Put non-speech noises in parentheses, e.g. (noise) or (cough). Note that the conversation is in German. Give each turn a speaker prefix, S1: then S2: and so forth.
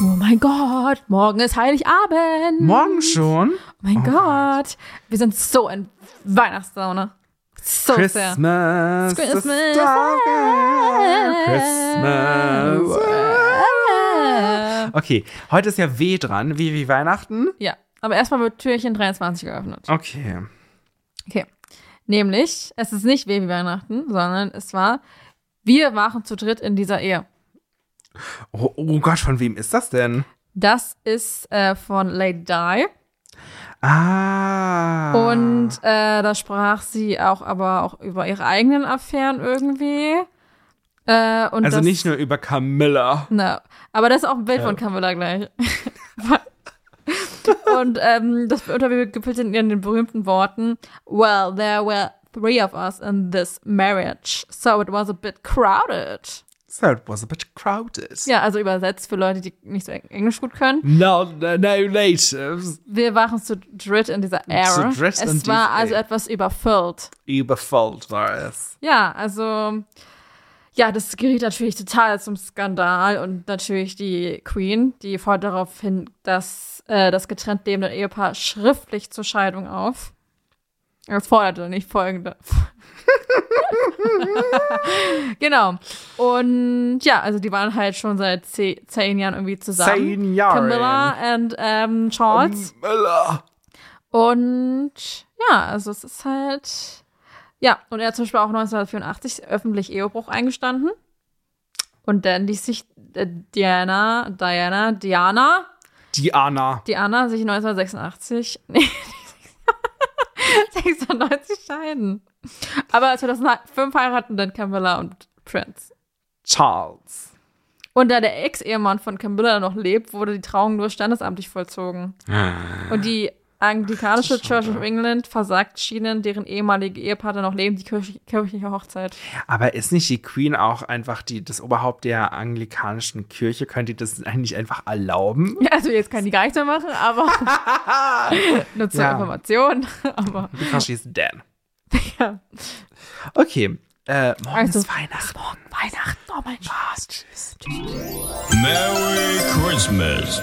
S1: Oh mein Gott, morgen ist Heiligabend.
S2: Morgen schon?
S1: Oh mein Gott. Wir sind so in Weihnachtssaune. So sehr.
S2: Christmas.
S1: Christmas.
S2: is dark. Christmas. Okay, heute ist ja W dran, wie, wie Weihnachten.
S1: Ja, aber erstmal wird Türchen 23 geöffnet.
S2: Okay.
S1: Okay. Nämlich, es ist nicht Baby Weihnachten, sondern es war, wir waren zu dritt in dieser Ehe.
S2: Oh, oh Gott, von wem ist das denn?
S1: Das ist äh, von Lady Di.
S2: Ah.
S1: Und äh, da sprach sie auch aber auch über ihre eigenen Affären irgendwie. Äh, und
S2: Also
S1: das,
S2: nicht nur über Camilla.
S1: Na, aber das ist auch ein Bild von Camilla gleich. (laughs) und ähm, das wird gipfelt in ihren berühmten Worten: Well, there were three of us in this marriage, so it was a bit crowded.
S2: So it was a bit crowded.
S1: Ja, also übersetzt für Leute, die nicht so Eng- Englisch gut können.
S2: No, no, no natives.
S1: Wir waren zu dritt in dieser Era.
S2: dritt
S1: es
S2: in
S1: war
S2: dieser
S1: also
S2: Ära.
S1: etwas überfüllt.
S2: Überfüllt war es.
S1: Ja, also ja, das geriet natürlich total zum Skandal und natürlich die Queen, die fordert darauf hin, dass äh, das getrennt lebende Ehepaar schriftlich zur Scheidung auf. Er forderte nicht folgende. (laughs) genau. Und ja, also die waren halt schon seit zeh- zehn Jahren irgendwie zusammen.
S2: Zehn Um Jahre.
S1: Camilla und ähm, Charles.
S2: Camilla.
S1: Und ja, also es ist halt. Ja, und er hat zum Beispiel auch 1984 öffentlich Ehebruch eingestanden. Und dann ließ sich äh, Diana, Diana, Diana,
S2: Diana.
S1: Diana sich 1986, (laughs) nee, 96 scheiden. Aber 2005 heiraten dann Camilla und Prince.
S2: Charles.
S1: Und da der Ex-Ehemann von Camilla noch lebt, wurde die Trauung nur standesamtlich vollzogen. Und die anglikanische Church of England versagt Schienen, deren ehemalige Ehepartner noch leben, die kirch- kirchliche Hochzeit.
S2: Aber ist nicht die Queen auch einfach die, das Oberhaupt der anglikanischen Kirche? Könnt ihr das eigentlich einfach erlauben?
S1: Ja, Also jetzt kann die gar nichts mehr machen, aber (laughs) nur zur
S2: Ja.
S1: Information. (laughs) Aber
S2: Because she's dead.
S1: ja.
S2: Okay. Äh, morgen
S1: Also-
S2: ist Weihnachten. Morgen
S1: Weihnachten, oh mein Gott.
S2: Tschüss.
S3: Merry Christmas